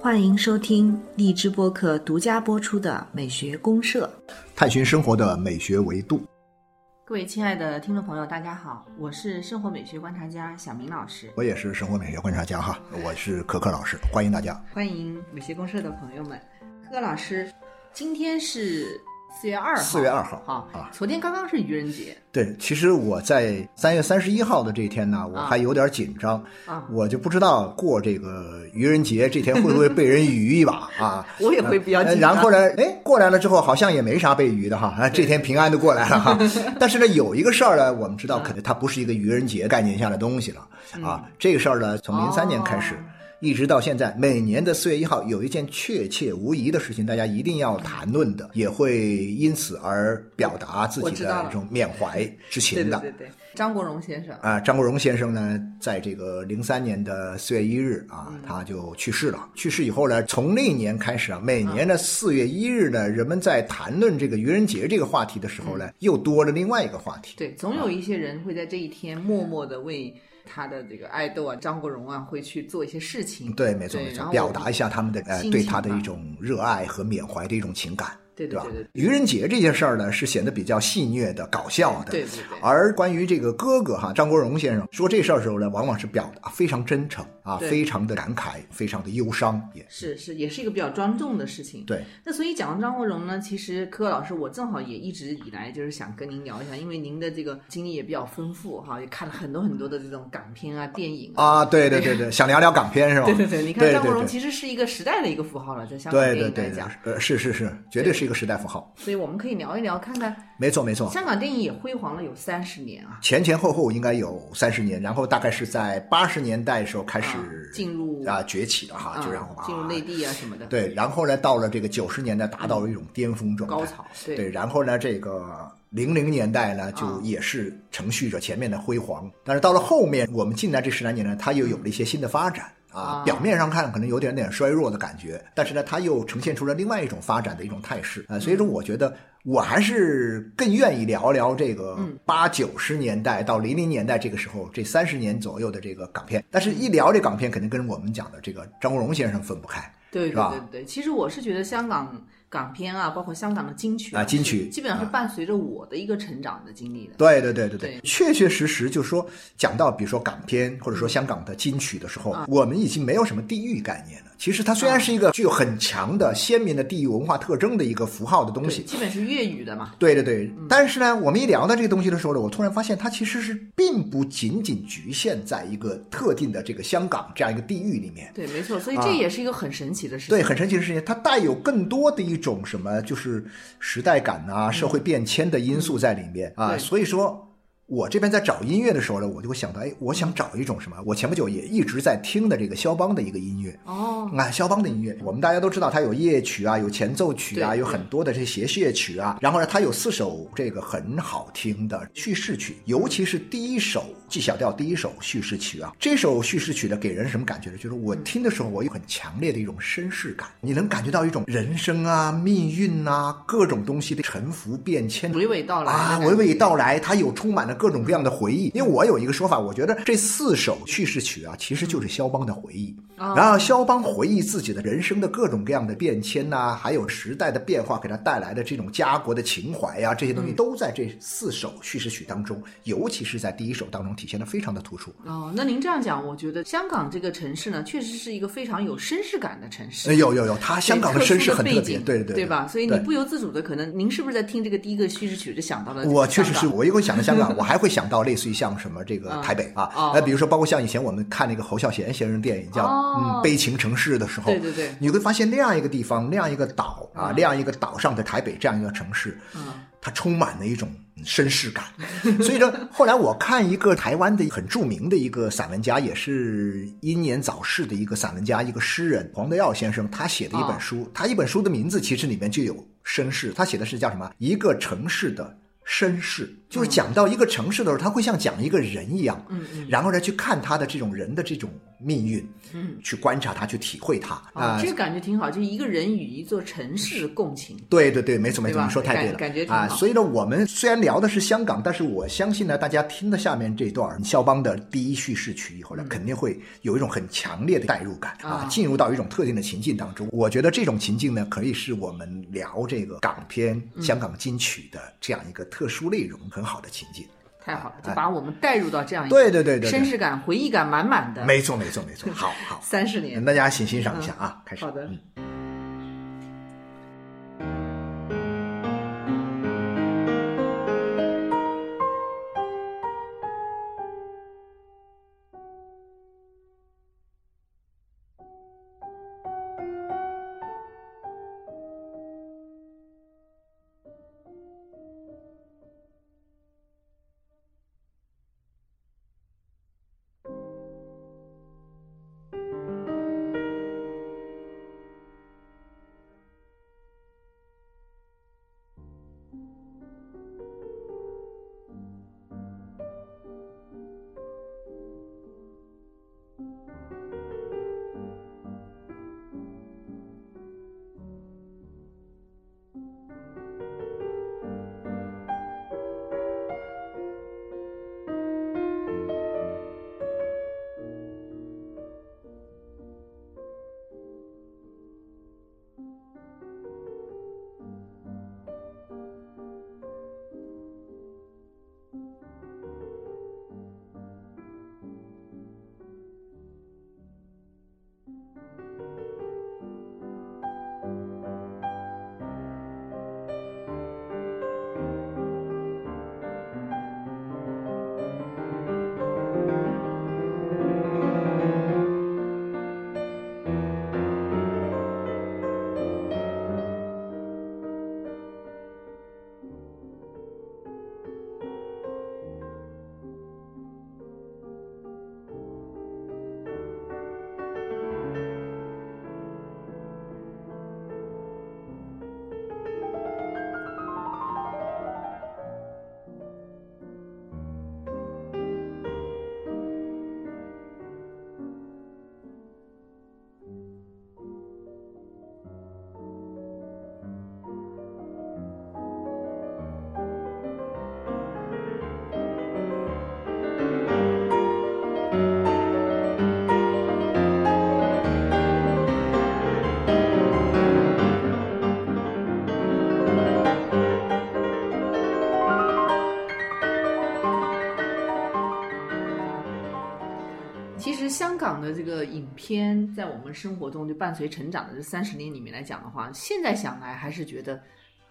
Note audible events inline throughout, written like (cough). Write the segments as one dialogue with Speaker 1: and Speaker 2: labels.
Speaker 1: 欢迎收听荔枝播客独家播出的《美学公社》，
Speaker 2: 探寻生活的美学维度。
Speaker 1: 各位亲爱的听众朋友，大家好，我是生活美学观察家小明老师，
Speaker 2: 我也是生活美学观察家哈，我是可可老师，欢迎大家。
Speaker 1: 欢迎美学公社的朋友们。柯老师，今天是四月二号，
Speaker 2: 4月2号
Speaker 1: 好，
Speaker 2: 啊
Speaker 1: 昨天刚刚是愚人节
Speaker 2: 对，其实我在三月三十一号的这一天呢，我
Speaker 1: 啊
Speaker 2: 还有点紧张，
Speaker 1: 啊，
Speaker 2: 我就不知道过这个愚人节这天会不会被人 (laughs) 愚一把啊。
Speaker 1: 我也会比较
Speaker 2: 呃
Speaker 1: 紧张。
Speaker 2: 然后呢？哎，过来了之后好像也没啥被愚的哈，啊，这天平安的过来
Speaker 1: (laughs)
Speaker 2: 了哈。但是呢，有一个事儿呢，我们
Speaker 1: 嗯
Speaker 2: 知道，可能它不是一个愚人节概念下的东西了啊。这个事儿呢，从零三年开始
Speaker 1: 哦，
Speaker 2: 一直到现在，每年的四月一号有一件确切无疑的事情，大家一定要谈论的，也会因此而表达自
Speaker 1: 我
Speaker 2: 己
Speaker 1: 知道
Speaker 2: 的
Speaker 1: 了
Speaker 2: 这种缅怀
Speaker 1: 对
Speaker 2: 之情
Speaker 1: 对
Speaker 2: 的。
Speaker 1: 对对，张国荣先生，
Speaker 2: 啊，张国荣先生呢，在这个零三年的四月一日啊，
Speaker 1: 嗯
Speaker 2: 他就去世了。去世以后呢，从那一年开始啊，每年的四月一日呢，人们在谈论这个愚人节这个话题的时候
Speaker 1: 嗯
Speaker 2: 呢，又多了另外一个话题。
Speaker 1: 对，总有一些人会在这一天默默的为他的这个爱豆啊，张国荣啊，会去做一些事情。
Speaker 2: 嗯对，没错
Speaker 1: 对
Speaker 2: 没
Speaker 1: 然
Speaker 2: 错，
Speaker 1: 后
Speaker 2: 表达一下他们的呃
Speaker 1: 心
Speaker 2: 对
Speaker 1: 情
Speaker 2: 他的
Speaker 1: 吧
Speaker 2: 一种热爱和缅怀的一种情感，
Speaker 1: 对对
Speaker 2: 吧
Speaker 1: 对对？
Speaker 2: 愚人节这件事儿呢，是显得比较戏谑的、搞笑的。
Speaker 1: 对对对
Speaker 2: 而关于这个哥哥哈，张国荣先生说这事儿的时候呢，往往是表达非常真诚啊，
Speaker 1: 对
Speaker 2: 非常的感慨，非常的忧伤也。
Speaker 1: 是是，也是一个比较庄重的事情。
Speaker 2: 对，
Speaker 1: 那所以讲到张国荣呢，其实柯老师，我正好也一直以来就是想跟您聊一下，因为您的这个经历也比较丰富哈，也看了很多很多的这种港片啊、电影啊。
Speaker 2: 啊，对对
Speaker 1: (laughs)
Speaker 2: 对对，想聊聊港片是吧？
Speaker 1: 对对对，你看
Speaker 2: 哦对
Speaker 1: 张国
Speaker 2: 对
Speaker 1: 荣
Speaker 2: 对
Speaker 1: 其实是一个时代的一个符号了，在香港
Speaker 2: 对
Speaker 1: 电
Speaker 2: 对
Speaker 1: 影来
Speaker 2: 对对
Speaker 1: 讲，，
Speaker 2: 呃，是是是，绝对是一个时代符号，
Speaker 1: 所以我们可以聊一聊，看看
Speaker 2: 没错没错。
Speaker 1: 香港电影也辉煌了有三十年啊，
Speaker 2: 前前后后应该有三十年，然后大概是在八十年代的时候开始
Speaker 1: 啊进入
Speaker 2: 啊崛起的哈，
Speaker 1: 啊
Speaker 2: 就然后啊
Speaker 1: 进入内地啊什么的，
Speaker 2: 对，然后呢到了这个九十年代达到了一种巅峰状态，
Speaker 1: 高潮，对
Speaker 2: 对，然后呢，这个零零年代呢，
Speaker 1: 啊
Speaker 2: 就也是承续着前面的辉煌，但是到了后面，我们近来这十来年呢，它又有了一些新的发展。啊
Speaker 1: 啊，
Speaker 2: 表面上看可能有点点衰弱的感觉，但是呢，它又呈现出了另外一种发展的一种态势啊、呃所以说，
Speaker 1: 嗯
Speaker 2: 我觉得我还是更愿意聊聊这个
Speaker 1: 嗯
Speaker 2: 八九十年代到零零年代这个时候这三十年左右的这个港片。但是，一聊这港片，肯定跟我们讲的这个张国荣先生分不开
Speaker 1: 对
Speaker 2: 是
Speaker 1: 对
Speaker 2: 吧
Speaker 1: 对对，其实我是觉得香港港片啊，包括香港的金曲
Speaker 2: 啊金曲
Speaker 1: 是基本上是伴随着我的一个成长的经历的。
Speaker 2: 对对对对
Speaker 1: 对
Speaker 2: 对，确确实实就是说，讲到比如说港片或者说香港的金曲的时候，我们已经没有什么地域概念了。其实它虽然是一个具有很强的鲜明的地域文化特征的一个符号的东
Speaker 1: 对
Speaker 2: 西。
Speaker 1: 基本是粤语的嘛。
Speaker 2: 对对对，但是呢，我们一聊到这个东西的时候呢，我突然发现它其实是并不仅仅局限在一个特定的这个香港这样一个地域里面，
Speaker 1: 对，没错，所以这也是一个很神奇的事情。
Speaker 2: 啊对，很神奇的事情，它带有更多的一种什么，就是时代感啊、社会变迁的因素在里面、啊。
Speaker 1: 嗯对
Speaker 2: 所以说，我这边在找音乐的时候呢，我就会想到，哎，我想找一种什么？我前不久也一直在听的这个肖邦的一个音乐。
Speaker 1: 哦，
Speaker 2: 啊，肖邦的音乐，我们大家都知道，它有夜曲啊，有前奏曲啊，
Speaker 1: 对
Speaker 2: 有很多的这些谐谑曲啊。然后呢，它有四首这个很好听的叙事曲，尤其是第一首 G 小调第一首叙事曲啊。这首叙事曲呢，给人什么感觉呢？就是
Speaker 1: 嗯
Speaker 2: 我听的时候，我有很强烈的一种绅士感，你能感觉到一种人生啊、命运啊、各种东西的沉浮变迁
Speaker 1: 娓娓道来的
Speaker 2: 啊，
Speaker 1: 感觉
Speaker 2: 娓娓道来，它有充满了各种各样的回忆。因为我有一个说法，我觉得这四首叙事曲啊，其
Speaker 1: 嗯
Speaker 2: 实就是肖邦的回忆。
Speaker 1: 哦
Speaker 2: 然后肖邦回忆自己的人生的各种各样的变迁呐、还有时代的变化给他带来的这种家国的情怀呀、这些
Speaker 1: 嗯
Speaker 2: 东西都在这四首叙事曲当中，尤其是在第一首当中体现的非常的突出。
Speaker 1: 哦，那您这样讲，我觉得香港这个城市呢，确实是一个非常有绅士感的城市。
Speaker 2: 呃有有有，他香港的
Speaker 1: 对特殊
Speaker 2: 绅士很
Speaker 1: 背
Speaker 2: 特别，
Speaker 1: 景
Speaker 2: 对对
Speaker 1: 对吧？所以你
Speaker 2: 对
Speaker 1: 不由自主的，可能您是不是在听这个第一个叙事曲就想到了香港？
Speaker 2: 我确实是，我一会儿想到
Speaker 1: (laughs)
Speaker 2: 香港，我还会想到类似于像什么这个
Speaker 1: 嗯
Speaker 2: 台北
Speaker 1: 哦
Speaker 2: 啊，呃，比如说包括像以前我们看那个侯孝贤先生电影叫《
Speaker 1: 哦
Speaker 2: 嗯悲情城市》的时候，
Speaker 1: 对对对
Speaker 2: 你会发现那样一个地方，那样一个岛啊
Speaker 1: 嗯，
Speaker 2: 那样一个岛上的台北这样一个城市，
Speaker 1: 嗯
Speaker 2: 它充满了一种绅士感。 (laughs) 所以呢，后来我看一个台湾的很著名的一个散文家，也是英年早逝的一个散文家，一个诗人黄德耀先生，他写的一本书，他一本书的名字其实里面就有绅士，他写的是叫什么？一个城市的。绅士就是讲到一个城市的时候，他会像讲一个人一样，
Speaker 1: 嗯嗯
Speaker 2: 然后呢去看他的这种人的这种命运，
Speaker 1: 嗯，
Speaker 2: 去观察它，去体会它啊、
Speaker 1: 哦，这个感觉挺好，就是一个人与一座城市共情。
Speaker 2: 对对对，没错没
Speaker 1: 对
Speaker 2: 错，
Speaker 1: 吧
Speaker 2: 你说太对
Speaker 1: 感
Speaker 2: 了，
Speaker 1: 感觉挺
Speaker 2: 啊，
Speaker 1: 好
Speaker 2: 所以呢，我们虽然聊的是香港，但是我相信呢，大家听了下面这段肖邦的第一叙事曲以后呢，肯定会有一种很强烈的代入感啊
Speaker 1: 嗯啊，
Speaker 2: 进入到一种特定的情境当中。我觉得这种情境呢，可以是我们聊这个港片、香港金曲的这样一个特殊内容很好的情境。
Speaker 1: 太好了，就把我们带入到这样一个
Speaker 2: 哎对对对对
Speaker 1: 绅
Speaker 2: 对，
Speaker 1: 士感、回忆感满满的
Speaker 2: 没错没错没错，好好，
Speaker 1: 三十年。
Speaker 2: 大家请欣赏一下啊，开
Speaker 1: 嗯
Speaker 2: 始。
Speaker 1: 好的
Speaker 2: 嗯
Speaker 1: 其实香港的这个影片，在我们生活中就伴随成长的这三十年里面来讲的话，现在想来还是觉得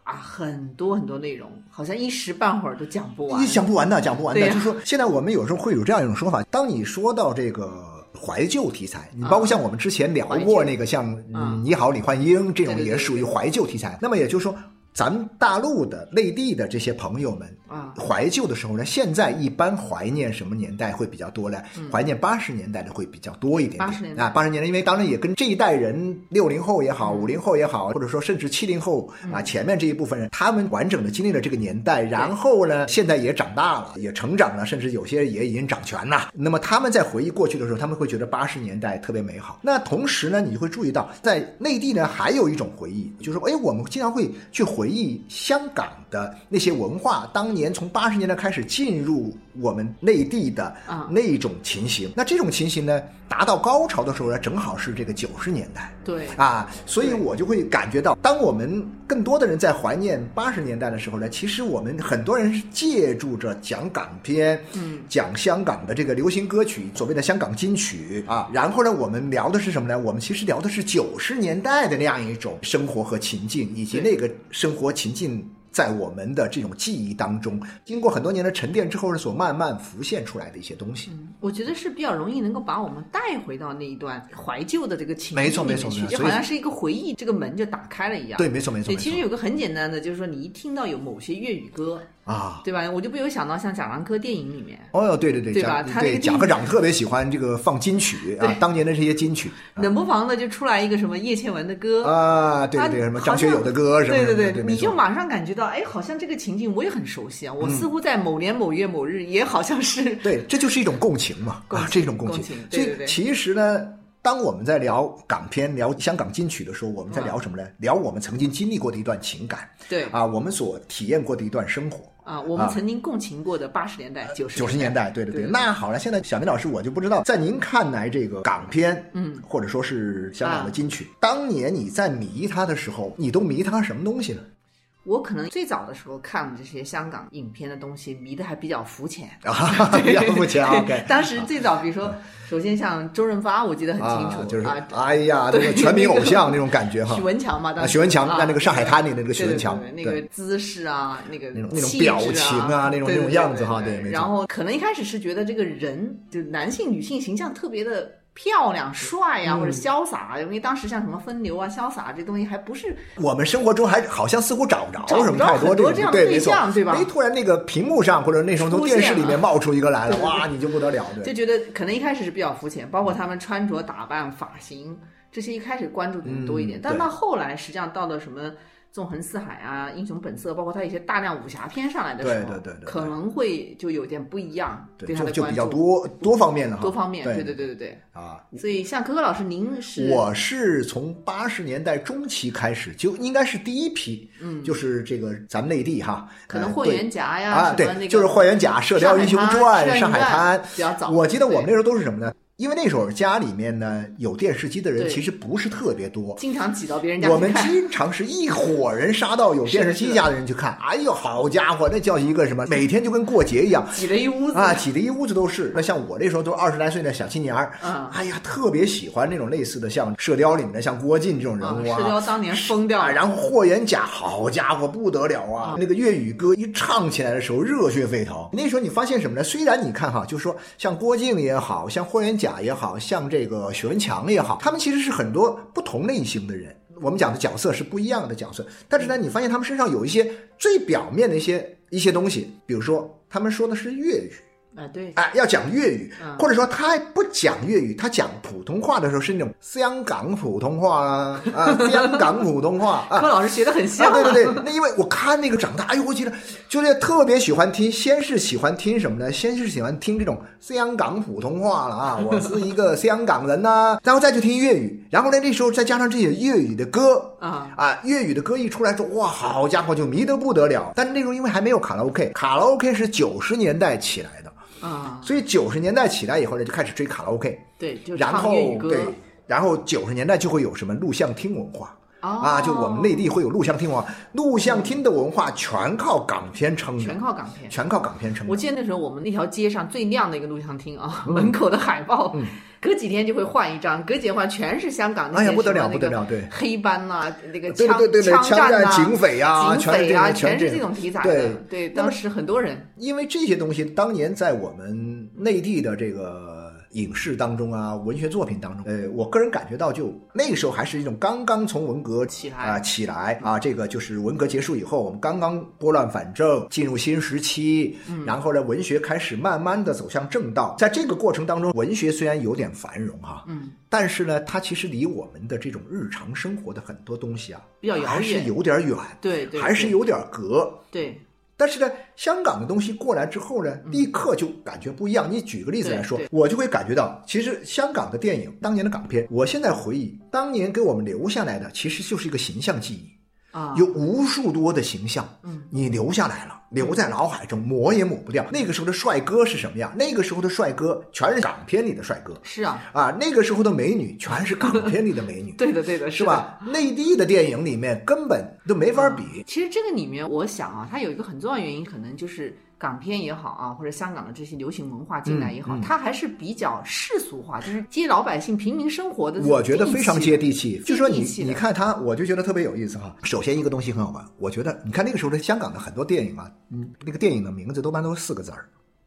Speaker 1: 啊，很多很多内容，好像一时半会儿都讲不完
Speaker 2: 你。讲不完的，讲不完的。
Speaker 1: 对呀
Speaker 2: 就是说，现在我们有时候会有这样一种说法：当你说到这个怀旧题材，你
Speaker 1: 啊
Speaker 2: 包括像我们之前聊过那个像《嗯
Speaker 1: 嗯
Speaker 2: 你好，李焕英》这种，
Speaker 1: 对对对
Speaker 2: 也属于怀旧题材。那么也就是说，咱们大陆的内地的这些朋友们。
Speaker 1: 啊，
Speaker 2: 怀旧的时候呢，现在一般怀念什么年代会比较多呢？怀念八十年代的会比较多一点
Speaker 1: 80
Speaker 2: 点。
Speaker 1: 嗯年代
Speaker 2: 啊，八十年代，因为当然也跟这一代人，六零后也好，五零后也好，或者说甚至七零后啊，前面这一部分人，他们完整的经历了这个年代，然后呢，现在也长大了，也成长了，甚至有些也已经掌权了。那么他们在回忆过去的时候，他们会觉得八十年代特别美好。那同时呢，你就会注意到，在内地呢，还有一种回忆，就是说，哎，我们经常会去回忆香港的那些文化，当年从八十年代开始进入我们内地的
Speaker 1: 啊
Speaker 2: 那一种情形。那这种情形呢，达到高潮的时候呢，正好是这个九十年代。
Speaker 1: 对，
Speaker 2: 啊，所以我就会感觉到，当我们更多的人在怀念八十年代的时候呢，其实我们很多人是借助着讲港片，
Speaker 1: 嗯，
Speaker 2: 讲香港的这个流行歌曲，所谓的香港金曲啊，然后呢，我们聊的是什么呢？我们其实聊的是九十年代的那样一种生活和情境，以及
Speaker 1: 对
Speaker 2: 那个生活情境。在我们的这种记忆当中，经过很多年的沉淀之后呢，所慢慢浮现出来的一些东西。
Speaker 1: 我觉得是比较容易能够把我们带回到那一段怀旧的这个情
Speaker 2: 没错
Speaker 1: 境里
Speaker 2: 没错
Speaker 1: 面去，
Speaker 2: 没错
Speaker 1: 就
Speaker 2: 所以
Speaker 1: 好像是一个回忆这个门就打开了一样。
Speaker 2: 对，没错，没错，
Speaker 1: 对，
Speaker 2: 没
Speaker 1: 其
Speaker 2: 错
Speaker 1: 实有个很简单的，就是说你一听到有某些粤语歌，
Speaker 2: 啊。
Speaker 1: 对吧？我就不由想到像贾樟柯电影里面，
Speaker 2: 哦哟，对对对，
Speaker 1: 对
Speaker 2: 贾
Speaker 1: 吧他那
Speaker 2: 对
Speaker 1: 个地
Speaker 2: 贾科长特别喜欢这个放金曲啊
Speaker 1: 对，
Speaker 2: 当年的这些金曲
Speaker 1: 冷不防的就出来一个什么叶倩文的歌，
Speaker 2: 啊啊，对
Speaker 1: 啊
Speaker 2: 对对，什么
Speaker 1: 好
Speaker 2: 张学友
Speaker 1: 像
Speaker 2: 的歌什么
Speaker 1: 对
Speaker 2: 什么的，
Speaker 1: 对
Speaker 2: 对，没
Speaker 1: 你就
Speaker 2: 错嗯
Speaker 1: 马上感觉到，到，哎，好像这个情境我也很熟悉啊，我似乎在某年某月某日也好像是，
Speaker 2: (laughs) 对，这就是一种共情嘛，
Speaker 1: 共
Speaker 2: 啊，
Speaker 1: 情
Speaker 2: 这种共
Speaker 1: 共
Speaker 2: 情。
Speaker 1: 情对对
Speaker 2: 所以
Speaker 1: 对
Speaker 2: 其实呢，当我们在聊港片、聊香港金曲的时候，我们在
Speaker 1: 嗯
Speaker 2: 聊什么呢？聊我们曾经经历过的一段情感
Speaker 1: 对
Speaker 2: 啊，我们所体验过的一段生活。
Speaker 1: 啊，我们曾经共情过的八十年代、九十
Speaker 2: 九十年代，对对对。
Speaker 1: 对
Speaker 2: 那好了，现在小明老师，我就不知道，在您看来，这个港片，
Speaker 1: 嗯，
Speaker 2: 或者说是香港
Speaker 1: 啊
Speaker 2: 的金曲，当年你在迷它的时候，你都迷它什么东西呢？ (laughs)
Speaker 1: 我可能最早的时候看这些香港影片的东西，迷得还比较肤
Speaker 2: (laughs)
Speaker 1: 浅。
Speaker 2: 啊，比较肤浅
Speaker 1: (laughs)
Speaker 2: 啊，OK。
Speaker 1: 当时最早，比如说，首先像周润发，我记得很清楚
Speaker 2: 啊，就是
Speaker 1: 啊，
Speaker 2: 哎呀，那
Speaker 1: 对
Speaker 2: 个全民偶像那种
Speaker 1: (laughs)
Speaker 2: 感觉哈
Speaker 1: 许。文强嘛，当
Speaker 2: 啊，
Speaker 1: 时
Speaker 2: 许文强
Speaker 1: 啊
Speaker 2: 在那个上海滩里的那个
Speaker 1: 对
Speaker 2: 许
Speaker 1: 对
Speaker 2: 文
Speaker 1: 对
Speaker 2: 强，
Speaker 1: 对那
Speaker 2: 对
Speaker 1: 个姿势啊，那个
Speaker 2: 那种那种
Speaker 1: 气
Speaker 2: 表
Speaker 1: 质
Speaker 2: 情
Speaker 1: 啊
Speaker 2: 啊，那种
Speaker 1: 对
Speaker 2: 那种
Speaker 1: 对
Speaker 2: 样子哈
Speaker 1: 对对
Speaker 2: 对没错
Speaker 1: 然后可能一开始是觉得这个人就男性、女性形象特别的漂亮、帅呀、
Speaker 2: 嗯
Speaker 1: 或者潇洒啊，因为当时像什么风流啊、潇洒这东西还不是
Speaker 2: 我们生活中还好像似乎找不着
Speaker 1: 找不
Speaker 2: 什么
Speaker 1: 着
Speaker 2: 太多
Speaker 1: 很多这
Speaker 2: 这种
Speaker 1: 样的
Speaker 2: 没
Speaker 1: 对
Speaker 2: 错
Speaker 1: 象，对吧
Speaker 2: 哎，突然那个屏幕上或者那时候从
Speaker 1: 出
Speaker 2: 电视
Speaker 1: 现
Speaker 2: 里面
Speaker 1: 了
Speaker 2: 冒出一个来了，
Speaker 1: 对对
Speaker 2: 哇，你就不得了，对嗯
Speaker 1: 就。觉得可能一开始是比较肤浅，包括他们穿着打扮、发型这些，一开始关注的人多一点。
Speaker 2: 嗯
Speaker 1: 但
Speaker 2: 对
Speaker 1: 到后来，实际上到了什么《纵横四海》啊，《英雄本色》，包括他一些大量武侠片上来的时候，
Speaker 2: 对对对对对
Speaker 1: 可能会就有点不一样
Speaker 2: 对，
Speaker 1: 他
Speaker 2: 就
Speaker 1: 的
Speaker 2: 就
Speaker 1: 关
Speaker 2: 比
Speaker 1: 注
Speaker 2: 较多多方面的哈，
Speaker 1: 多方面。
Speaker 2: 对
Speaker 1: 对对对对
Speaker 2: 啊，
Speaker 1: 对。所以像可可老师，您是
Speaker 2: 我是从八十年代中期开始，就应该是第一批，嗯，就是这个咱们内地哈，
Speaker 1: 可能
Speaker 2: 呃
Speaker 1: 霍
Speaker 2: 对
Speaker 1: 元甲呀，
Speaker 2: 啊，
Speaker 1: 什
Speaker 2: 对
Speaker 1: 么那，个
Speaker 2: 就是霍元甲《射雕英雄传》《上海滩》
Speaker 1: 比较早。
Speaker 2: 我记得我们那
Speaker 1: 对
Speaker 2: 时候都是什么呢？因为那时候家里面呢有电视机的人
Speaker 1: 对
Speaker 2: 其实不是特别多，
Speaker 1: 经常挤到别人家
Speaker 2: 我
Speaker 1: 去
Speaker 2: 们
Speaker 1: 看。
Speaker 2: 经常是一伙人杀到有电视
Speaker 1: 是
Speaker 2: 机
Speaker 1: 的
Speaker 2: 家的人去看。哎呦，好家伙，那叫一个什么？每天就跟过节一样
Speaker 1: 挤了一屋子
Speaker 2: 啊，挤得一屋子都是。那像我那时候都二十来岁的小青年儿，
Speaker 1: 嗯
Speaker 2: 哎呀，特别喜欢那种类似的，像《射雕》里面的像郭靖这种人
Speaker 1: 啊！
Speaker 2: 物
Speaker 1: 社
Speaker 2: 啊，
Speaker 1: 交当年疯掉
Speaker 2: 啊，
Speaker 1: 了，
Speaker 2: 然后霍元甲，好家伙，不得了啊！
Speaker 1: 啊
Speaker 2: 那个粤语歌一唱起来的时候，热血沸腾。那时候你发现什么呢？虽然你看哈，就是说像郭靖也好像霍元甲也好像这个许文强也好，他们其实是很多不同类型的人。我们讲的角色是不一样的角色，但是呢，你发现他们身上有一些最表面的一些一些东西，比如说他们说的是粤语，
Speaker 1: 啊，对，
Speaker 2: 哎，要讲粤语，
Speaker 1: 嗯
Speaker 2: 或者说他还不讲粤语，他讲普通话的时候是那种香港普通话啊，
Speaker 1: (laughs)
Speaker 2: 啊，香港普通话啊
Speaker 1: 柯。老师学的很
Speaker 2: 啊，
Speaker 1: 像，
Speaker 2: 对对对，那因为我看那个长大，哎呦，我记得就是特别喜欢听，先是喜欢听什么呢？先是喜欢听这种香港普通话了
Speaker 1: (laughs)
Speaker 2: 啊，我是一个香港人呐、然后再去听粤语，然后呢，那时候再加上这些粤语的歌，
Speaker 1: 啊，
Speaker 2: 啊，粤语的歌一出来之后，哇，好家伙，就迷得不得了。但是那时候因为还没有卡拉 OK，卡拉 OK 是九十年代起来的，
Speaker 1: 啊，
Speaker 2: 所以九十年代起来以后呢，就开始追卡拉 OK，
Speaker 1: 对，就是
Speaker 2: 然
Speaker 1: 唱
Speaker 2: 后
Speaker 1: 粤语歌
Speaker 2: 对，然后九十年代就会有什么录像厅文化。
Speaker 1: 哦
Speaker 2: 啊，就我们内地会有录像厅文化，录像厅的文化全靠港片撑
Speaker 1: 全
Speaker 2: 着，
Speaker 1: 靠港片。
Speaker 2: 全靠港片撑
Speaker 1: 我
Speaker 2: 着。
Speaker 1: 记得那时候我们那条街上最亮的一个录像厅
Speaker 2: 嗯
Speaker 1: 啊，门口的海报，隔几天就会换一张，隔几天换全是香港那
Speaker 2: 哎
Speaker 1: 些
Speaker 2: 呀，不得
Speaker 1: 什
Speaker 2: 了，
Speaker 1: 么
Speaker 2: 不得了，对
Speaker 1: 那个，黑帮啊，那个
Speaker 2: 对
Speaker 1: 枪
Speaker 2: 对对对，枪
Speaker 1: 战
Speaker 2: 战、
Speaker 1: 啊、
Speaker 2: 警匪啊，
Speaker 1: 警
Speaker 2: 全是
Speaker 1: 匪
Speaker 2: 这
Speaker 1: 啊，
Speaker 2: 个，
Speaker 1: 全
Speaker 2: 全
Speaker 1: 是
Speaker 2: 这
Speaker 1: 这
Speaker 2: 个。
Speaker 1: 种题材
Speaker 2: 对
Speaker 1: 的。对，当时很多人
Speaker 2: 因为这些东西当年在我们内地的这个影视当中啊，文学作品当中，呃，我个人感觉到就那个时候还是一种刚刚从文革
Speaker 1: 起来
Speaker 2: 啊、起来啊，这个就是文革结束以后，我们刚刚拨乱反正，进入新时期，
Speaker 1: 嗯
Speaker 2: 然后呢，文学开始慢慢的走向正道。在这个过程当中，文学虽然有点繁荣哈、
Speaker 1: 嗯，
Speaker 2: 但是呢，它其实离我们的这种日常生活的很多东西啊，
Speaker 1: 比较遥远
Speaker 2: 还是有点远，
Speaker 1: 对对
Speaker 2: 还是
Speaker 1: 对
Speaker 2: 有点隔。
Speaker 1: 对
Speaker 2: 但是呢，香港的东西过来之后呢，立刻就感觉不一样。你举个例子来说
Speaker 1: 嗯对，
Speaker 2: 我就会感觉到，其实香港的电影，当年的港片，我现在回忆，当年给我们留下来的，其实就是一个形象记忆，
Speaker 1: 啊，
Speaker 2: 有无数多的形象，
Speaker 1: 嗯，
Speaker 2: 你留下来了，留在脑海中，抹也抹不掉。那个时候的帅哥是什么样？那个时候的帅哥全是港片里的帅哥
Speaker 1: 是啊，，
Speaker 2: 啊，那个时候的美女全是港片里的美女
Speaker 1: (laughs) 对的对的，
Speaker 2: 是
Speaker 1: 的？
Speaker 2: 吧？内地的电影里面根本都没法比。
Speaker 1: 嗯其实这个里面，我想啊，它有一个很重要的原因，可能就是港片也好啊，或者香港的这些流行文化进来也好，
Speaker 2: 嗯嗯
Speaker 1: 它还是比较世俗化，就是接老百姓平民生活的。
Speaker 2: 我觉得非常接。地气。就说你
Speaker 1: 接地气的
Speaker 2: 你看他，我就觉得特别有意思哈。首先一个东西很好玩，我觉得你看那个时候的香港的很多电影啊，嗯，那个电影的名字多半都是四个字儿，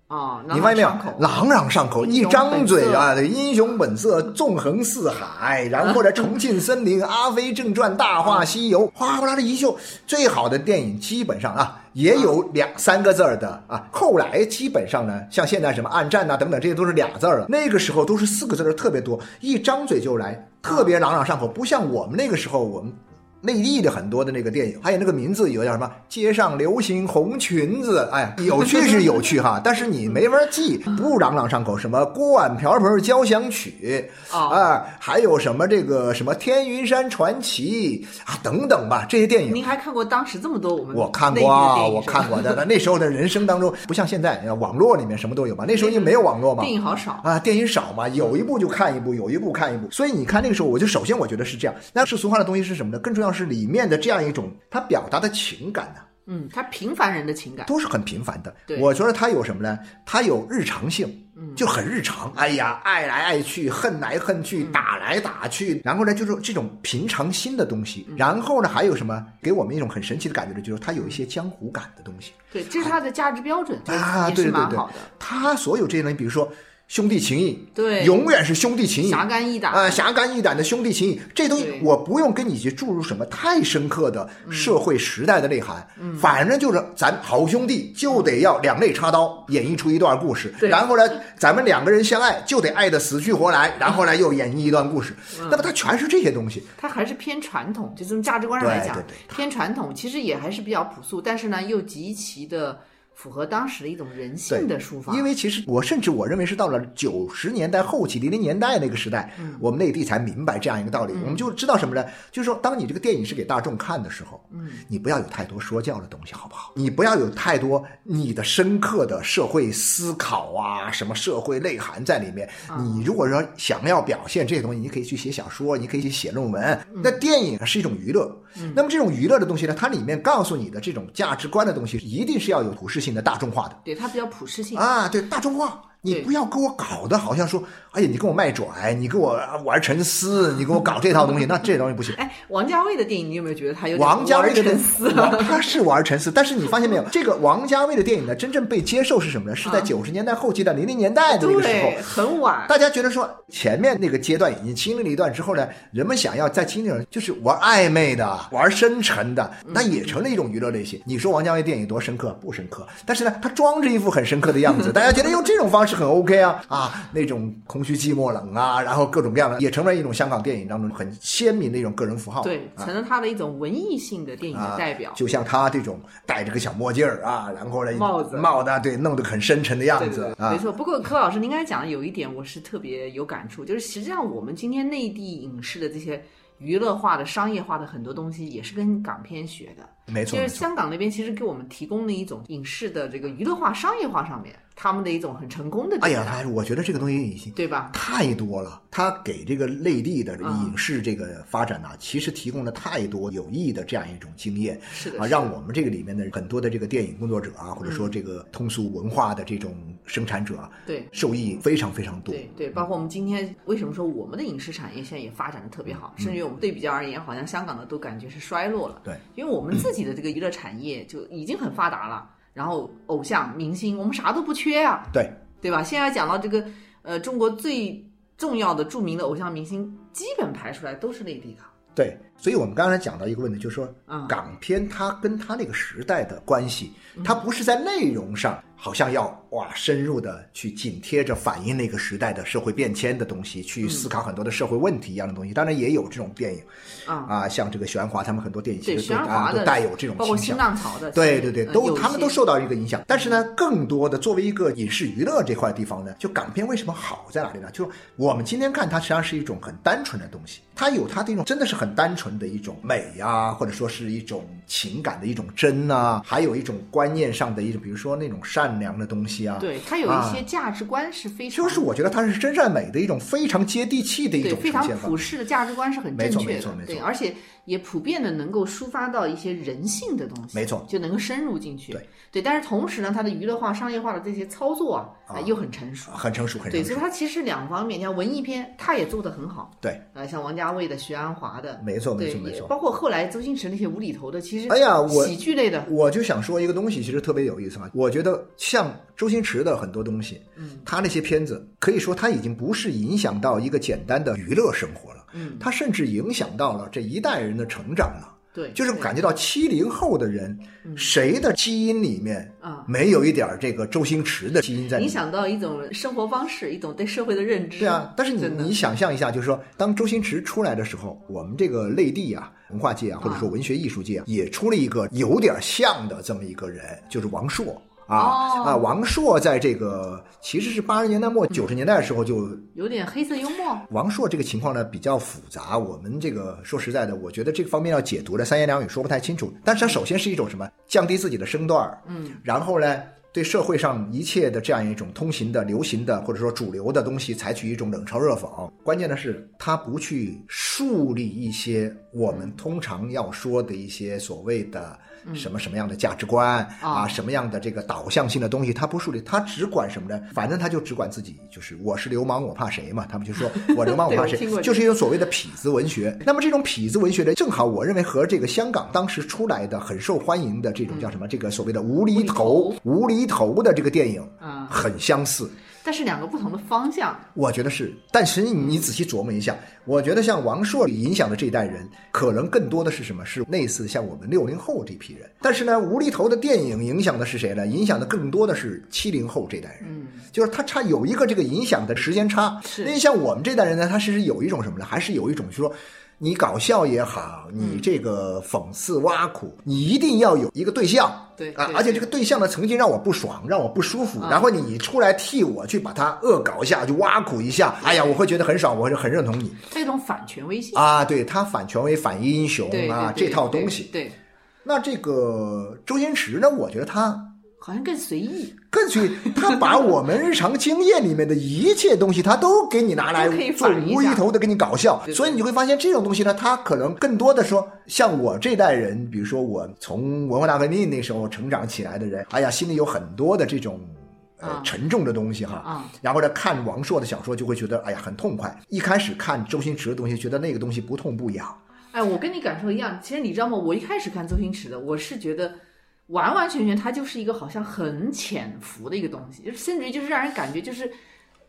Speaker 1: 啊，
Speaker 2: 你发现没有
Speaker 1: 朗朗上？口
Speaker 2: 朗朗上口，
Speaker 1: 英雄
Speaker 2: 一张嘴啊，对，英雄本色、纵横四海，然后
Speaker 1: (laughs)
Speaker 2: 或者重庆森林、阿飞正传、大
Speaker 1: 嗯
Speaker 2: 话西游，哗哗啦的一秀。最好的电影基本上啊，也有
Speaker 1: 嗯
Speaker 2: 两三个字儿的啊。后来基本上呢，像现在什么暗战呐、等等，这些都是俩字儿了。那个时候都是四个字儿的特别多，一张嘴就来，特别朗朗上口，不像我们那个时候我们。内地的很多的那个电影，还有那个名字有叫什么“街上流行红裙子”，哎，有趣是有趣哈，但是你没法记，不朗朗上口。什么“锅碗瓢盆交响曲”
Speaker 1: 哦，
Speaker 2: 啊，还有什么这个什么《天云山传奇》啊等等吧，这些电影
Speaker 1: 您还看过当时这么多我们
Speaker 2: 我看
Speaker 1: 内
Speaker 2: 过
Speaker 1: 地的
Speaker 2: 啊，
Speaker 1: 电影
Speaker 2: 我
Speaker 1: 是吧
Speaker 2: 看过的。那那时候的人生当中，不像现在，呃网络里面什么都有嘛。那时候就没有网络
Speaker 1: (laughs)
Speaker 2: 嘛
Speaker 1: 电，影好少，
Speaker 2: 啊，电影少嘛，有一部就看一部，有一部看一部。所以你看那个时候，我就首先我觉得是这样。那世俗化的东西是什么呢？更重要是里面的这样一种它表达的情感呢、
Speaker 1: 嗯，它平凡人的情感，
Speaker 2: 都是很平凡的
Speaker 1: 对。
Speaker 2: 我觉得它有什么呢？它有日常性
Speaker 1: 嗯，
Speaker 2: 就很日常。哎呀，爱来爱去，恨来恨去，
Speaker 1: 嗯
Speaker 2: 打来打去，然后呢，就是这种平常心的东
Speaker 1: 嗯
Speaker 2: 西。然后呢，还有什么给我们一种很神奇的感觉呢？就是它有一
Speaker 1: 嗯
Speaker 2: 些江湖感的东西。
Speaker 1: 对，这是他的价值标准，
Speaker 2: 啊
Speaker 1: 也是
Speaker 2: 对对
Speaker 1: 蛮
Speaker 2: 对
Speaker 1: 好的，
Speaker 2: 他所有这些东西，比如说兄弟情谊，
Speaker 1: 对
Speaker 2: 永远是兄弟情谊。
Speaker 1: 侠肝义胆
Speaker 2: 啊，侠肝义胆的兄弟情谊，这东西
Speaker 1: 对嗯
Speaker 2: 我不用跟你去注入什么太深刻的社会时代的内涵，反正就是咱好兄弟就得要两肋插刀，演绎出一段故事，
Speaker 1: 对
Speaker 2: 然后呢，咱们两个人相爱就得爱得死去活来，然后呢又演绎一段故事，
Speaker 1: 嗯
Speaker 2: 那么它全是这些东西，
Speaker 1: 它还是偏传统，就从价值观上
Speaker 2: 对
Speaker 1: 来讲，
Speaker 2: 对对
Speaker 1: 偏传统，其实也还是比较朴素，但是呢，又极其的符合当时的一种人性的抒发。
Speaker 2: 因为其实我甚至我认为是到了九十年代后期、零零年代那个时代，我们内地才明白这样一个道理。我们就知道什么呢？就是说，当你这个电影是给大众看的时候，嗯，你不要有太多说教的东西，好不好？你不要有太多你的深刻的社会思考啊，什么社会内涵在里面。你如果说想要表现这些东西，你可以去写小说，你可以去写论文。那电影是一种娱乐，那么这种娱乐的东西呢，它里面告诉你的这种价值观的东西，一定是要有普适性的、大众化的。
Speaker 1: 对它比较普适性，
Speaker 2: 啊，对大众化，你
Speaker 1: 对
Speaker 2: 不要给我搞得好像说，哎呀，你给我卖拽，你给我玩沉思，你给我搞这套东西，那这东西不行。
Speaker 1: 哎，王家卫的电影，你有没有觉得他有点
Speaker 2: 王家卫的
Speaker 1: 沉思？
Speaker 2: 王他是玩沉思，但是你发现没有，这个王家卫的电影呢，真正被接受是什么呢？是在
Speaker 1: 啊
Speaker 2: 九十年代后期的零零年代的那个时候
Speaker 1: (laughs) 对，。很晚，
Speaker 2: 大家觉得说前面那个阶段已经经历了一段之后呢，人们想要再经历了就是玩暧昧的、
Speaker 1: 嗯
Speaker 2: 玩深沉的，那也成了一种娱乐类型。你说王家卫电影多深刻？不深刻，但是呢，他装着一副很深刻的
Speaker 1: (laughs)
Speaker 2: 样子，大家觉得用这种方式很 OK 啊啊，那种空虚、寂寞、冷啊，然后各种各样的，也成为一种香港电影当中很鲜明的一种个人符号。
Speaker 1: 对，
Speaker 2: 啊
Speaker 1: 成了他的一种文艺性的电影的代表。
Speaker 2: 就像他这种戴着个小墨镜儿啊，然后呢
Speaker 1: 帽子
Speaker 2: 帽子啊对，弄得很深沉的样
Speaker 1: 对对
Speaker 2: 子
Speaker 1: 对，
Speaker 2: 啊
Speaker 1: 没。错。不过柯老师，您刚才讲的有一点，我是特别有感触，就是实际上我们今天内地影视的这些娱乐化的、商业化的很多东西，也是跟港片学的。
Speaker 2: 没错
Speaker 1: 就，是香港那边其实给我们提供了一种影视的这个娱乐化、商业化上面他们的一种很成功的
Speaker 2: 哎
Speaker 1: 地
Speaker 2: 呀，
Speaker 1: 方，
Speaker 2: 他我觉得这个东西已经
Speaker 1: 对吧？
Speaker 2: 太多了，它给这个内地的影视这个发展呐、啊其实提供了太多有益的这样一种经验
Speaker 1: 是的，是
Speaker 2: 啊，
Speaker 1: 的
Speaker 2: 让我们这个里面的很多的这个电影工作者啊，或者说这个通俗文化的这种生产者啊，
Speaker 1: 对。
Speaker 2: 受益非常非常多。
Speaker 1: 对对，包括我们今天为什么说我们的影视产业现在也发展的特别好，甚至于我们对比较而言，好像香港的都感觉是衰落了。
Speaker 2: 嗯对，
Speaker 1: 因为我们自己的这个娱乐产业就已经很发达了，然后偶像、明星，我们啥都不缺啊，
Speaker 2: 对，
Speaker 1: 对吧？现在讲到这个，呃，中国最重要的著名的偶像明星，基本排出来都是内地的。
Speaker 2: 对，所以我们刚才讲到一个问题，就是说
Speaker 1: 嗯
Speaker 2: 港片它跟它那个时代的关系，它不是在内容上好像要哇深入的去紧贴着反映那个时代的社会变迁的东西，去思考很多的社会问题一样的东西。当然也有这种电影
Speaker 1: 啊、
Speaker 2: 啊，像这个玄华他们很多电影其
Speaker 1: 对，
Speaker 2: 实
Speaker 1: 徐
Speaker 2: 都
Speaker 1: 安
Speaker 2: 啊
Speaker 1: 华
Speaker 2: 都
Speaker 1: 的，
Speaker 2: 带有这种
Speaker 1: 包括
Speaker 2: 倾
Speaker 1: 新
Speaker 2: 向。
Speaker 1: 浪潮的，
Speaker 2: 对对对，
Speaker 1: 呃
Speaker 2: 都
Speaker 1: 有
Speaker 2: 他们
Speaker 1: 些
Speaker 2: 都受到一个影响，但是呢，更多的作为一个影视娱乐这块地方呢，就港片为什么好在哪里呢？就是我们今天看它实际上是一种很单纯的东西，它有它的一种真的是很单纯的一种美呀、或者说是一种情感的一种真呐、还有一种观念上的一种，比如说那种善良的东西啊。
Speaker 1: 对他有一些价值观是非常、
Speaker 2: 就是我觉得它是真善美的一种非常接地气的一
Speaker 1: 对
Speaker 2: 种
Speaker 1: 非
Speaker 2: 呈
Speaker 1: 常
Speaker 2: 现方
Speaker 1: 普
Speaker 2: 式。
Speaker 1: 世的价值观是很
Speaker 2: 没
Speaker 1: 正
Speaker 2: 错
Speaker 1: 确
Speaker 2: 没错
Speaker 1: 的，
Speaker 2: 没
Speaker 1: 对，
Speaker 2: 错
Speaker 1: 而且也普遍的能够抒发到一些人性的东西，
Speaker 2: 没错
Speaker 1: 就能够深入进去。
Speaker 2: 对
Speaker 1: 但是同时呢，它的娱乐化、商业化的这些操作啊，
Speaker 2: 啊
Speaker 1: 哎又很成熟。
Speaker 2: 很成熟，很
Speaker 1: 对，
Speaker 2: 成
Speaker 1: 所
Speaker 2: 熟
Speaker 1: 以，它其实两方面，你看文艺片，它也做得很好，
Speaker 2: 对，
Speaker 1: 呃，像王家卫的、徐安华的，
Speaker 2: 没错，没
Speaker 1: 对，
Speaker 2: 错，没
Speaker 1: 也
Speaker 2: 错。
Speaker 1: 包括后来周星驰那些无厘头的，其实
Speaker 2: 哎呀我
Speaker 1: 喜剧类的，
Speaker 2: 我就想说一个东西，其实特别有意思嘛。我觉得像周星驰的很多东西，
Speaker 1: 嗯，
Speaker 2: 他那些片子可以说他已经不是影响到一个简单的娱乐生活了，
Speaker 1: 嗯，
Speaker 2: 他甚至影响到了这一代人的成长了。
Speaker 1: 对，
Speaker 2: 就是感觉到七零后的人，
Speaker 1: 嗯
Speaker 2: 谁的基因里面
Speaker 1: 啊。
Speaker 2: 没有一点儿这个周星驰的基因在里
Speaker 1: 影
Speaker 2: 面？
Speaker 1: 响到一种生活方式，一种对社会的认知。
Speaker 2: 对啊，但是你
Speaker 1: 真的
Speaker 2: 你想象一下，就是说，当周星驰出来的时候，我们这个内地啊，文化界啊，或者说文学艺术界、啊，也出了一个有点像的这么一个人，就是王朔。啊、
Speaker 1: 哦
Speaker 2: 啊！王朔在这个其实是八十年代末九十年代的时候就，
Speaker 1: 有点黑色幽默。
Speaker 2: 王朔这个情况呢比较复杂。我们这个说实在的，我觉得这个方面要解读的三言两语说不太清楚。但是它首先是一种什么降低自己的身段儿，
Speaker 1: 嗯，
Speaker 2: 然后呢，对社会上一切的这样一种通行的、流行的或者说主流的东西，采取一种冷嘲热讽。关键的是，他不去树立一些我们通常要说的一些所谓的什么什么样的价值观、
Speaker 1: 啊
Speaker 2: 啊，什么样的这个导向性的东西，他不树立，他只管什么呢？反正他就只管自己，就是我是流氓，我怕谁嘛？他们就
Speaker 1: (laughs)
Speaker 2: 说我流氓，我
Speaker 1: 对
Speaker 2: 怕
Speaker 1: 我
Speaker 2: 谁
Speaker 1: 听过这，个
Speaker 2: 就是一种所谓的痞子文学。那么这种痞子文学呢，正好我认为和这个香港当时出来的很受欢迎的这种叫什么，这个所谓的无厘头、无厘头的这个电影
Speaker 1: 啊
Speaker 2: 很相似。
Speaker 1: 但是两个不同的方向。
Speaker 2: 我觉得是，但其实你仔细琢磨一下，我觉得像王朔影响的这一代人，可能更多的是什么？是类似像我们六零后这批人。但是呢，无厘头的电影影响的是谁呢？影响的更多的是七零后这代人。
Speaker 1: 嗯，
Speaker 2: 就是它差有一个这个影响的时间差。
Speaker 1: 是
Speaker 2: 那像我们这代人呢，他其实有一种什么呢？还是有一种就是说。你搞笑也好，你这个讽刺挖苦，你一定要有一个对象，
Speaker 1: 嗯对
Speaker 2: 啊
Speaker 1: 对，
Speaker 2: 而且这个对象呢，曾经让我不爽，让我不舒服
Speaker 1: 啊，
Speaker 2: 然后你出来替我去把它恶搞一下，就挖苦一下，哎呀，我会觉得很爽，我会很认同你
Speaker 1: 这种反权威性。
Speaker 2: 啊，对他反权威、反英雄
Speaker 1: 对
Speaker 2: 啊
Speaker 1: 对
Speaker 2: 这
Speaker 1: 对
Speaker 2: 套
Speaker 1: 对
Speaker 2: 东西。
Speaker 1: 对，
Speaker 2: 那这个周星驰呢，我觉得他
Speaker 1: 好像更随意， (laughs)
Speaker 2: 更去，他把我们日常经验里面的一切东西，他都给你拿来
Speaker 1: 都可以
Speaker 2: 做
Speaker 1: 反一下
Speaker 2: 无厘头的给你搞笑，
Speaker 1: 对对
Speaker 2: 所以你就会发现这种东西呢，它可能更多的说，像我这代人，比如说我从文化大革命那时候成长起来的人，哎呀，心里有很多的这种。呃
Speaker 1: 啊，
Speaker 2: 沉重的东西哈，
Speaker 1: 啊
Speaker 2: 然后呢，看王朔的小说就会觉得，哎呀，很痛快。一开始看周星驰的东西，觉得那个东西不痛不痒，
Speaker 1: 哎，我跟你感受一样。其实你知道吗？我一开始看周星驰的，我是觉得完完全全他就是一个好像很潜伏的一个东西，就是甚至于就是让人感觉就是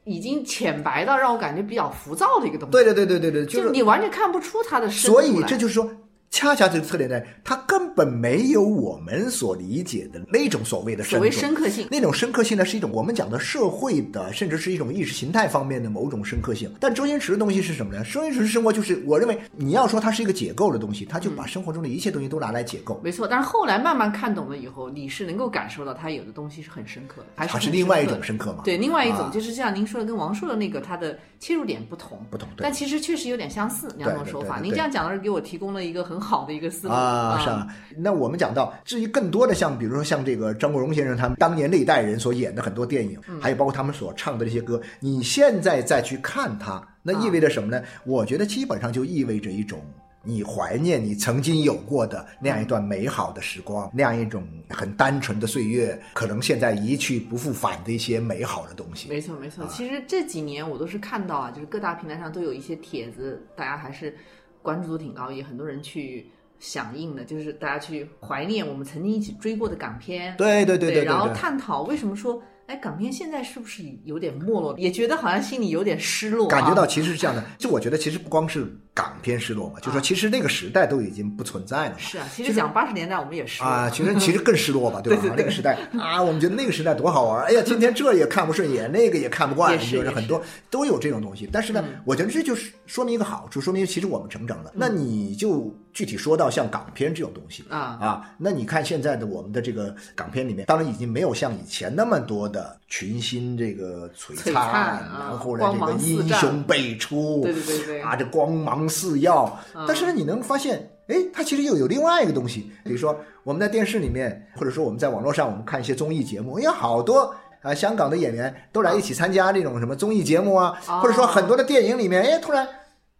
Speaker 1: 已经浅白到让我感觉比较浮躁的一个东西。
Speaker 2: 对对对对对对，
Speaker 1: 就是你完全看不出他的深度
Speaker 2: 所
Speaker 1: 来。
Speaker 2: 以这就是说，恰恰这个特点呢，它根本没有我们所理解的那种所谓的
Speaker 1: 所
Speaker 2: 深
Speaker 1: 谓
Speaker 2: 度。
Speaker 1: 深刻性，
Speaker 2: 那种深刻性呢，是一种我们讲的社会的，甚至是一种意识形态方面的某种深刻性。但周星驰的东西是什么呢？周星驰的生活就是，我认为你要说它是一个解构的东西，他就把生活中的一切东西都拿来解构，
Speaker 1: 没错。但是后来慢慢看懂了以后，你是能够感受到他有的东西是很深刻的，还是
Speaker 2: 它
Speaker 1: 很
Speaker 2: 是另外一
Speaker 1: 深刻
Speaker 2: 种
Speaker 1: 的。
Speaker 2: 深刻嘛？
Speaker 1: 对，另外一种
Speaker 2: 啊
Speaker 1: 就是像您说的，跟王朔的那个他的切入点不同，
Speaker 2: 不同对
Speaker 1: 但其实确实有点相似两种手法。
Speaker 2: 对对对对
Speaker 1: 您这样讲倒是给我提供了一个很好的一个思路
Speaker 2: 啊，是吧？那我们讲到，至于更多的像，比如说像这个张国荣先生他们当年那一代人所演的很多电影，
Speaker 1: 嗯
Speaker 2: 还有包括他们所唱的这些歌，你现在再去看它，那
Speaker 1: 啊
Speaker 2: 意味着什么呢？我觉得基本上就意味着一种。你怀念你曾经有过的那样一段美好的时光，那样一种很单纯的岁月，可能现在一去不复返的一些美好的东西。
Speaker 1: 没错，没
Speaker 2: 啊
Speaker 1: 错。其实这几年我都是看到啊，就是各大平台上都有一些帖子，大家还是关注度挺高，也很多人去响应的，就是大家去怀念我们曾经一起追过的港片，
Speaker 2: 对对对对对
Speaker 1: 然后
Speaker 2: 对
Speaker 1: 探讨为什么说，哎，港片现在是不是有点没落，也觉得好像心里有点失落、啊
Speaker 2: 感觉到。其实是这样的。就我觉得其实不光是港片失落嘛，就说
Speaker 1: 啊
Speaker 2: 其实那个时代都已经不存在了嘛。
Speaker 1: 是啊，其实讲八十年代我们也失落，
Speaker 2: 啊，其实其实更失落吧，对吧？那个时代啊，我们觉得那个时代多好玩儿，
Speaker 1: (laughs)
Speaker 2: 哎呀，天天这也看不顺眼，那个也看不惯，
Speaker 1: 也是
Speaker 2: 就是
Speaker 1: 也
Speaker 2: 很
Speaker 1: 是嗯
Speaker 2: 多都有这种东西。但是呢，我觉得这就是说明一个好处，说明其实我们成长了。那你就具体说到像港片这种东西。
Speaker 1: 啊，
Speaker 2: 啊，那你看现在的我们的这个港片里面，当然已经没有像以前那么多的群星这个璀
Speaker 1: 璀璨啊
Speaker 2: 然后呢
Speaker 1: 光
Speaker 2: 这个
Speaker 1: 芒四
Speaker 2: 英
Speaker 1: 照
Speaker 2: 雄辈出，
Speaker 1: 对对对对嗯
Speaker 2: 啊，这光芒四耀。但是呢，你能发现，哎，它其实又有另外一个东西，比如说我们在电视里面，或者说我们在网络上，我们看一些综艺节目，因为好多。啊，香港的演员都来一起参加这种什么综艺节目啊，
Speaker 1: 哦
Speaker 2: 或者说很多的电影里面，哎，突然，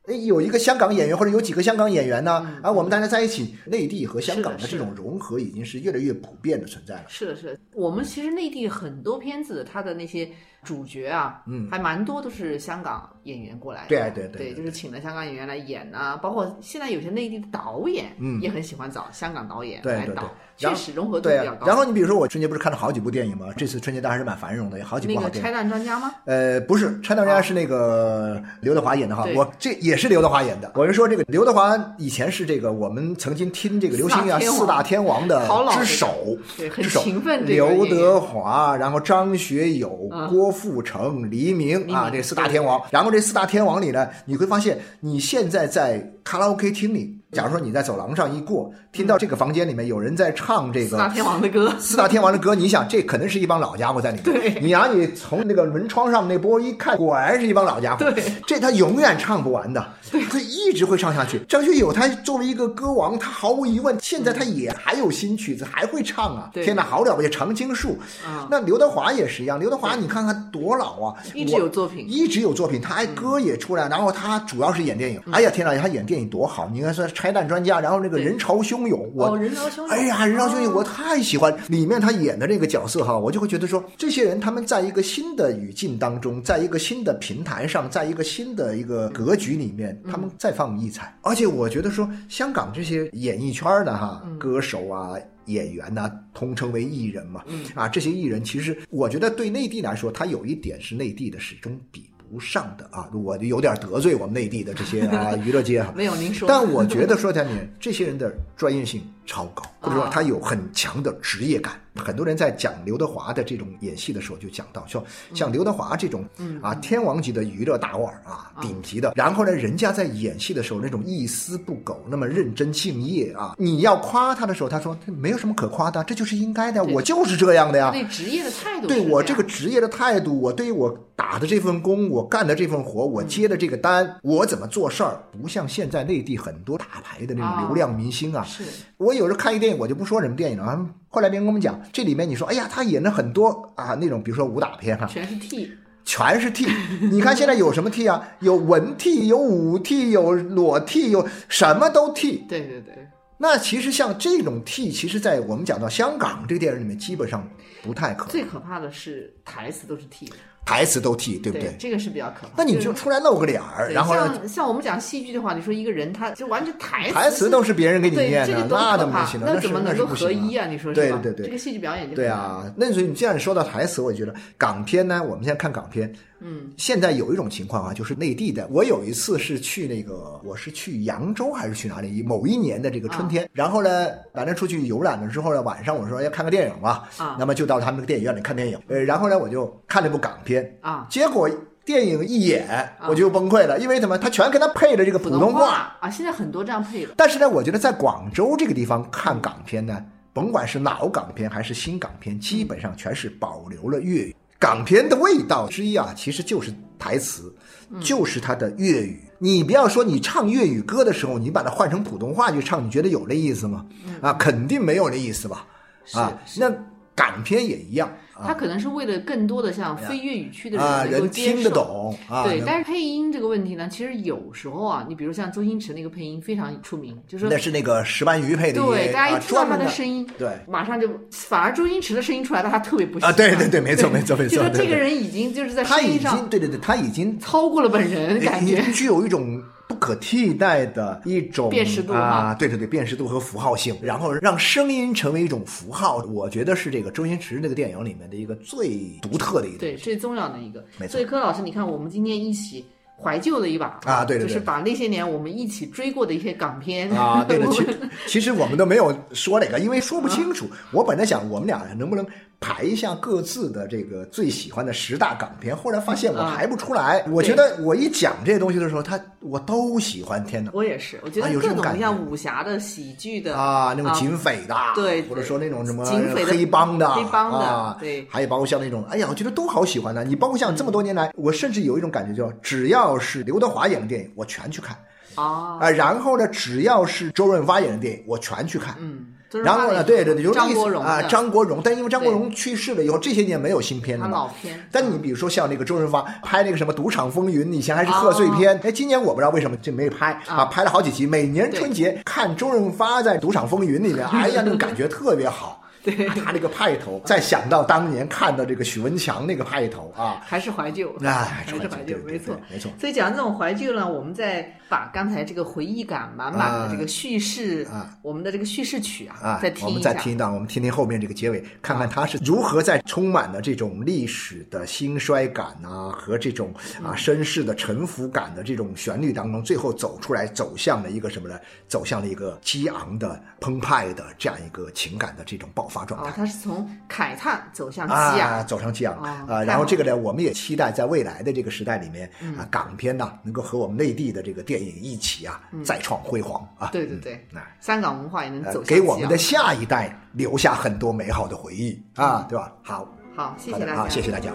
Speaker 2: 哎，有一个香港演员或者有几个香港演员呢，啊，我们大家在一起，内地和香港的
Speaker 1: 是的
Speaker 2: 这种融合已经是越来越普遍的存在了。
Speaker 1: 是的，是的。我们其实内地很多片子，它的那些主角啊，
Speaker 2: 嗯
Speaker 1: 还蛮多都是香港演员过来的。
Speaker 2: 对对对
Speaker 1: 对，
Speaker 2: 对
Speaker 1: 就是请了香港演员来演呐、包括现在有些内地的导演，
Speaker 2: 嗯
Speaker 1: 也很喜欢找香港导演
Speaker 2: 对
Speaker 1: 来
Speaker 2: 对
Speaker 1: 导
Speaker 2: 对，
Speaker 1: 确
Speaker 2: 然后
Speaker 1: 实融合度
Speaker 2: 对
Speaker 1: 比较
Speaker 2: 啊，
Speaker 1: 高。
Speaker 2: 然后你比如说我春节不是看了好几部电影吗？这次春节档还是蛮繁荣的，有好几部
Speaker 1: 那
Speaker 2: 好
Speaker 1: 个
Speaker 2: 电
Speaker 1: 拆
Speaker 2: 影。
Speaker 1: 弹专家吗？
Speaker 2: 呃，不是，《拆弹专
Speaker 1: 啊
Speaker 2: 家》是那个刘德华演的哈
Speaker 1: 对，
Speaker 2: 我这也是刘德华演的。我是说，这个刘德华以前是这个我们曾经听这个流行乐啊
Speaker 1: 四
Speaker 2: 四
Speaker 1: 大
Speaker 2: 大天王的
Speaker 1: 好老的
Speaker 2: 之首，
Speaker 1: 对，很
Speaker 2: 之首
Speaker 1: 勤奋。这个演
Speaker 2: 刘
Speaker 1: 员
Speaker 2: 德华，然后张学友、
Speaker 1: 嗯
Speaker 2: 郭富城、黎明啊，
Speaker 1: 黎明
Speaker 2: 这四大天王。然后这四大天王里呢，你会发现你现在在卡拉 OK 厅里，假如说你在走廊上一过，听到这个房间里面有人在唱这
Speaker 1: 四大
Speaker 2: 个。
Speaker 1: 天王的
Speaker 2: (laughs)
Speaker 1: 歌，
Speaker 2: 四大天王的歌，你想这肯定是一帮老家伙在里
Speaker 1: 对
Speaker 2: 面。你让你从那个门窗上那波一看，果然是一帮老家伙。
Speaker 1: 对，
Speaker 2: 这他永远唱不完的，他一直会唱下去。张学友他作为一个歌王，他毫无疑问，现在他也还有新曲子，还会唱啊！
Speaker 1: 对
Speaker 2: 天哪，好了不起，常青树。
Speaker 1: 啊，
Speaker 2: 那刘德华也是一样，刘德华你看看多老啊，
Speaker 1: 一直
Speaker 2: 我
Speaker 1: 有作品。
Speaker 2: 一直有作品，他还歌也出来，然后他主要是演电影。哎呀，天哪，他演电影多好！你看说拆弹专家，然后那个
Speaker 1: 嗯对
Speaker 2: 人潮汹涌，我
Speaker 1: 哦，人潮汹涌。
Speaker 2: 哎呀，人潮汹涌，
Speaker 1: 哦
Speaker 2: 我太喜欢里面他演的这个角色哈，我就会觉得说，这些人他们在一个新的语境当中，在一个新的平台上，在一个新的一个格局里面，他们再放异彩。而且我觉得说，香港这些演艺圈的哈，歌手啊。演员呐、通称为艺人嘛，
Speaker 1: 嗯
Speaker 2: 啊，这些艺人其实我觉得对内地来说，他有一点是内地的始终比不上的啊，我就有点得罪我们内地的这些啊娱乐界哈，
Speaker 1: 没有您说，
Speaker 2: 但我觉得说起来，这些人的专业性超高，或者说
Speaker 1: 啊
Speaker 2: 他有很强的职业感。很多人在讲刘德华的这种演戏的时候，就讲到说，
Speaker 1: 嗯
Speaker 2: 像刘德华这种啊天王级的娱乐大腕儿啊，
Speaker 1: 啊
Speaker 2: 顶级的。然后呢，人家在演戏的时候那种一丝不苟，那么认真敬业啊。你要夸他的时候，他说这没有什么可夸的，这就是应该的，
Speaker 1: 对
Speaker 2: 我就是这样的呀。
Speaker 1: 对职业的态度是
Speaker 2: 对
Speaker 1: 样，
Speaker 2: 我这个职业的态度，我对于我打的这份工，我干的这份活，
Speaker 1: 嗯
Speaker 2: 我接的这个单，我怎么做事儿，不像现在内地很多大牌的那
Speaker 1: 啊
Speaker 2: 种流量明星啊。
Speaker 1: 是
Speaker 2: 我有时候看一电影，我就不说什么电影了。啊后来别人跟我们讲，这里面你说，哎呀，他演了很多啊，那种比如说武打片啊，
Speaker 1: 全是 T，
Speaker 2: 全
Speaker 1: (laughs)
Speaker 2: 是 T。你看现在有什么 T 啊？有文 T，有武 T，有裸 T，有什么都 T。
Speaker 1: 对对对，
Speaker 2: 那其实像这种 T，其实在我们讲到香港这个电影里面，基本上不太可能，
Speaker 1: 最可怕的是台词都是 T，
Speaker 2: 台词都 T，对不对？
Speaker 1: 这个是比较可怕。
Speaker 2: 那你就是出来露个脸儿，
Speaker 1: 对
Speaker 2: 然后呢，
Speaker 1: 像像我们讲戏剧的话，你说一个人他就完全台词
Speaker 2: 台词都是别人给你
Speaker 1: 对
Speaker 2: 念
Speaker 1: 这
Speaker 2: 的
Speaker 1: 个，都
Speaker 2: 那
Speaker 1: 可
Speaker 2: 怎么
Speaker 1: 怕
Speaker 2: 能行呢？
Speaker 1: 那
Speaker 2: 是
Speaker 1: 怎么
Speaker 2: 那
Speaker 1: 能
Speaker 2: 是
Speaker 1: 够
Speaker 2: 不
Speaker 1: 合
Speaker 2: 行
Speaker 1: 一
Speaker 2: 的。
Speaker 1: 啊？你说是
Speaker 2: 对
Speaker 1: 吧？
Speaker 2: 对对
Speaker 1: 这个戏剧表演就
Speaker 2: 对
Speaker 1: 很难，
Speaker 2: 啊，那所以你这样说到台词，我觉得港片呢，我们现在看港片，
Speaker 1: 嗯
Speaker 2: 现在有一种情况啊，就是内地的。我有一次是去那个，我是去扬州还是去哪里？某一年的这个春
Speaker 1: 啊
Speaker 2: 天，然后呢，反正出去游览的时候呢，晚上我说要看个电影嘛，
Speaker 1: 啊
Speaker 2: 那么就到他们那个电影院里看电影。呃，然后呢，我就看了一部港片，
Speaker 1: 啊，
Speaker 2: 结果电影一演我就崩溃了，因为什么？他全给他配的这个普通话。
Speaker 1: 啊，现在很多这样配的，
Speaker 2: 但是呢，我觉得在广州这个地方看港片呢，甭管是老港片还是新港片，基本上全是保留了粤语。港片的味道之一啊，其实就是台词，
Speaker 1: 嗯
Speaker 2: 就是它的粤语。你不要说你唱粤语歌的时候，你把它换成普通话去唱，你觉得有那意思吗？啊，肯定没有那意思吧？
Speaker 1: 嗯是
Speaker 2: 啊，
Speaker 1: 是
Speaker 2: 那港片也一样
Speaker 1: 他
Speaker 2: 啊
Speaker 1: 可能是为了更多的像非粤语区的
Speaker 2: 哎啊，
Speaker 1: 能够
Speaker 2: 人
Speaker 1: 接
Speaker 2: 听得
Speaker 1: 受。
Speaker 2: 懂啊。
Speaker 1: 对，
Speaker 2: 能
Speaker 1: 但是配音这个问题呢，其实有时候啊，你比如像周星驰那个配音非常出名，就是
Speaker 2: 那
Speaker 1: 说
Speaker 2: 是那个石斑鱼配的音，
Speaker 1: 对大家
Speaker 2: 啊
Speaker 1: 一听到
Speaker 2: 专
Speaker 1: 他
Speaker 2: 门
Speaker 1: 的声音，
Speaker 2: 对
Speaker 1: 马上就反而周星驰的声音出来了，他特别不喜
Speaker 2: 啊，
Speaker 1: 欢
Speaker 2: 对对对，没错没错没
Speaker 1: 就
Speaker 2: 错，
Speaker 1: 是
Speaker 2: 对
Speaker 1: 这
Speaker 2: 对
Speaker 1: 个人已经就是在
Speaker 2: 他
Speaker 1: 声
Speaker 2: 已
Speaker 1: 音
Speaker 2: 经
Speaker 1: 上
Speaker 2: 对对对，他已经
Speaker 1: 超过了本人，感
Speaker 2: (laughs)
Speaker 1: 觉
Speaker 2: 具有一种不可替代的一种
Speaker 1: 辨识度哈
Speaker 2: 啊，对对对，辨识度和符号性，然后让声音成为一种符号，我觉得是这个周星驰那个电影里面的一个最独特的一个。
Speaker 1: 对最重要的一个。
Speaker 2: 没错
Speaker 1: 所以柯老师，你看我们今天一起。怀旧了一把
Speaker 2: 啊对对对
Speaker 1: 就是把那些年我们一起追过的一些港片
Speaker 2: 啊，
Speaker 1: (laughs)
Speaker 2: 对了，
Speaker 1: 我
Speaker 2: 其
Speaker 1: 们
Speaker 2: 实其实我们都没有说这个，因为说不清
Speaker 1: 嗯
Speaker 2: 楚。我本来想我们俩能不能排一下各自的这个最喜欢的十大港片，后来发现我
Speaker 1: 啊
Speaker 2: 排不出来。我觉得我一讲这些东西的时候，他我都喜欢。天哪！
Speaker 1: 我也是，我觉
Speaker 2: 啊
Speaker 1: 得
Speaker 2: 有这
Speaker 1: 各
Speaker 2: 种感
Speaker 1: 种
Speaker 2: 觉
Speaker 1: 像武侠的、喜剧的
Speaker 2: 啊，那种
Speaker 1: 啊
Speaker 2: 警匪的，
Speaker 1: 对
Speaker 2: 或者说那种什么
Speaker 1: 警匪的
Speaker 2: 黑帮的、
Speaker 1: 黑帮的
Speaker 2: 啊，
Speaker 1: 对
Speaker 2: 还有包括像那种，哎呀，我觉得都好喜欢的。你包括像这么多年来，我甚至有一种感觉，叫只要是刘德华演的电影，我全去看
Speaker 1: 啊，
Speaker 2: 啊。然后呢，只要是周润发演的电影，我全去看。
Speaker 1: 嗯，就是
Speaker 2: 然后
Speaker 1: 发
Speaker 2: 呢，
Speaker 1: 那
Speaker 2: 对对对，有
Speaker 1: 张
Speaker 2: 意思
Speaker 1: 国荣
Speaker 2: 啊，
Speaker 1: 的
Speaker 2: 张国荣，但因为张国
Speaker 1: 对
Speaker 2: 荣去世了以后，这些年没有新片了
Speaker 1: 他
Speaker 2: 嘛，
Speaker 1: 老片，
Speaker 2: 但你比如说像那个周润发拍那个什么《赌场风云》，以前还是贺岁片，哎，今年我不知道为什么就没拍
Speaker 1: 哦啊
Speaker 2: 啊，拍了好几集。每年春节看周润发在《赌场风云》里面，哎呀，那个感觉特别好。
Speaker 1: 对，
Speaker 2: 他那个派头，再想到当年看到这个许文强那个派头啊，
Speaker 1: 还是怀旧，
Speaker 2: 哎，
Speaker 1: 还是怀
Speaker 2: 旧
Speaker 1: 旧，，没错
Speaker 2: 对。，对没错。
Speaker 1: 所以讲这种怀旧呢，我们再把刚才这个回忆感满满的这个叙事，
Speaker 2: 啊
Speaker 1: 我们的这个叙事曲啊，
Speaker 2: 啊
Speaker 1: 再，听
Speaker 2: 我们
Speaker 1: 一
Speaker 2: 再
Speaker 1: 下。
Speaker 2: 听一段，我们听听后面这个结尾，看看他是如何在充满了这种历史的兴衰感啊和这种
Speaker 1: 嗯
Speaker 2: 啊绅士的沉浮感的这种旋律当中，最后走出来，走向了一个什么呢？走向了一个激昂的、澎湃的这样一个情感的这种爆发状态
Speaker 1: 哦，。它是从慨叹走向激
Speaker 2: 啊，
Speaker 1: 昂，
Speaker 2: 走上激昂
Speaker 1: 哦
Speaker 2: 啊、
Speaker 1: 太
Speaker 2: 然
Speaker 1: 好
Speaker 2: 后
Speaker 1: 了嗯
Speaker 2: 这个呢，我们也期待在未来的这个时代里面啊，港片呢、能够和我们内地的这个电影一起啊，再创辉煌啊。
Speaker 1: 嗯对对对
Speaker 2: 嗯，哎
Speaker 1: 三港文化也能
Speaker 2: 呃
Speaker 1: 走向激
Speaker 2: 给
Speaker 1: 昂。
Speaker 2: 我们的下一代留下很多美好的回忆啊，对吧？好，
Speaker 1: 好，谢
Speaker 2: 好
Speaker 1: 谢
Speaker 2: 的
Speaker 1: 大家，
Speaker 2: 啊，谢谢大家。